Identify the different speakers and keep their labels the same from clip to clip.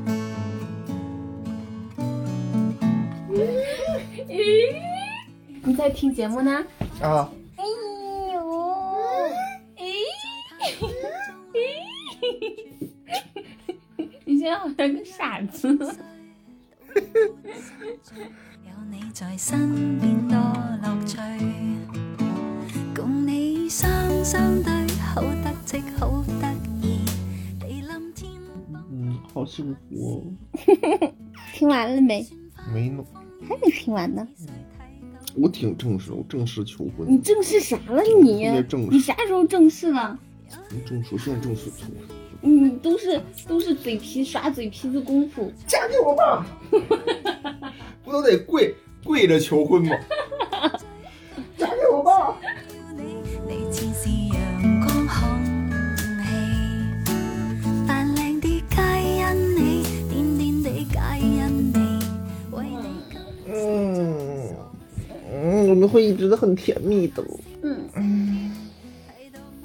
Speaker 1: 你在听节目呢？
Speaker 2: 啊，
Speaker 1: 哎呦，哎，你现在好像个傻子。
Speaker 3: 有你在身边多乐趣，共你相相对，好得戚，好得意，地冧天崩。
Speaker 2: 嗯，好幸福
Speaker 1: 听完了没？
Speaker 2: 哦。没呢，
Speaker 1: 还没听完呢。
Speaker 2: 我挺正式，我正式求婚。
Speaker 1: 你正式啥了你
Speaker 2: 特别？正式
Speaker 1: 你啥时候正式了？
Speaker 2: 你正式，现在正式求婚。
Speaker 1: 你都是都是嘴皮耍嘴皮子功夫。
Speaker 2: 嫁给我吧！ 不都得跪跪着求婚 吗？嫁给我吧！
Speaker 3: 你，你似是陽光空氣，扮靚啲皆因你，癲癲地皆因你，為你今
Speaker 2: 嗯嗯，我们会一直都很甜蜜的。
Speaker 1: 嗯，
Speaker 3: 睇到乜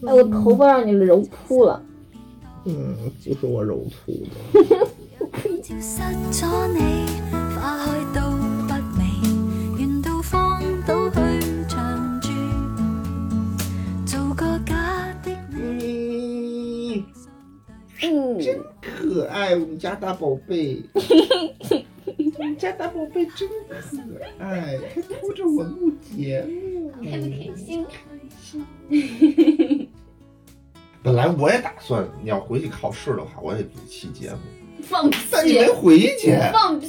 Speaker 3: 都
Speaker 1: 哎，我头发让你揉秃了。
Speaker 2: 嗯，就是我揉出的。
Speaker 3: 消失咗你，花開都不美，遠到荒島去長住，做個假的你。
Speaker 2: 嗯，
Speaker 1: 嗯，
Speaker 2: 可爱，我们家大宝 贝。我们家大宝贝真可爱，还拖着我录节目。
Speaker 1: 开不开心？
Speaker 2: 本来我也打算，你要回去考试的话，我也录期节目，
Speaker 1: 放
Speaker 2: 但你
Speaker 1: 屁
Speaker 2: 没！回去，
Speaker 1: 放屁！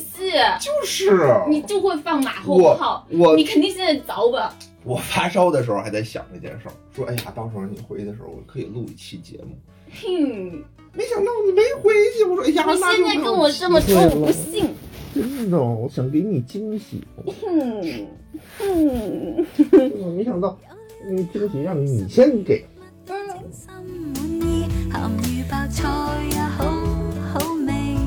Speaker 2: 就是
Speaker 1: 你就会放马后
Speaker 2: 我
Speaker 1: 炮。
Speaker 2: 我
Speaker 1: 你肯定现在凿吧？
Speaker 2: 我发烧的时候还在想这件事儿，说哎呀，到时候你回去的时候，我可以录一期节目。
Speaker 1: 哼！
Speaker 2: 没想到你没回去，我说哎呀，
Speaker 1: 你
Speaker 2: 那
Speaker 1: 现
Speaker 2: 就
Speaker 1: 在
Speaker 2: 没
Speaker 1: 跟
Speaker 2: 有
Speaker 1: 我这么
Speaker 2: 机
Speaker 1: 说，
Speaker 2: 会
Speaker 1: 我不
Speaker 2: 了
Speaker 1: 信。
Speaker 2: 真的，我想给你惊喜，
Speaker 1: 哼哼，
Speaker 2: 我没想到，嗯，惊喜让你先给。
Speaker 3: 心滿意，鹹魚白菜也好好味。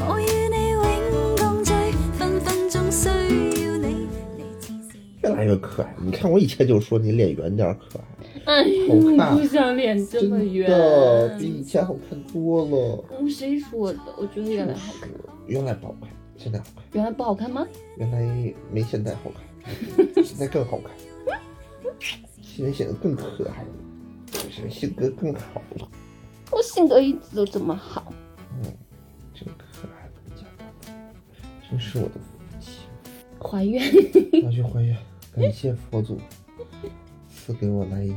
Speaker 3: 我與你永共聚，分分鐘需要你。你似是
Speaker 2: 越来越可爱，你看我以前就说你脸圆点儿可爱，
Speaker 1: 哎呦，
Speaker 2: 好看
Speaker 1: 不想脸这
Speaker 2: 真
Speaker 1: 么圆。
Speaker 2: 的比以前好看多了。
Speaker 1: 嗯谁说的？我觉得原来好看，
Speaker 2: 原来不好看，现在好看；
Speaker 1: 原来不好看吗？
Speaker 2: 原来没现在好看， 现在更好看。现在显得更可爱了，就是性格更好了，
Speaker 1: 我性格一直都这么好。
Speaker 2: 真可爱了，你家宝贝真是我的福气。
Speaker 1: 怀孕，
Speaker 2: 我去还愿，感谢佛祖赐给我来一。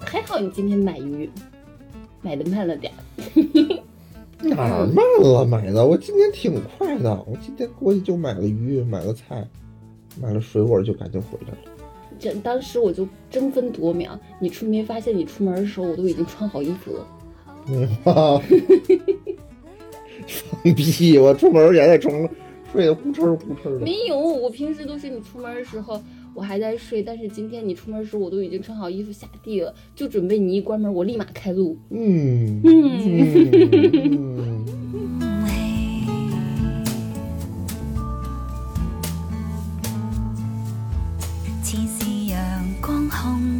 Speaker 1: 还好你今天买鱼，买的慢了点儿。
Speaker 2: 哪儿慢了买的？我今天挺快的，我今天过去就买了鱼，买了菜，买了水果，就赶紧回来了。
Speaker 1: 这当时我就争分夺秒，你出没发现你出门的时候我都已经穿好衣服了。
Speaker 2: 嗯哈哈，放屁！我出门也在床上睡得呼哧呼哧的。
Speaker 1: 没有，我平时都是你出门的时候我还在睡，但是今天你出门的时候我都已经穿好衣服下地了，就准备你一关门我立马开录。
Speaker 2: 嗯
Speaker 1: 嗯，
Speaker 2: 嗯嗯，
Speaker 3: 似是陽光空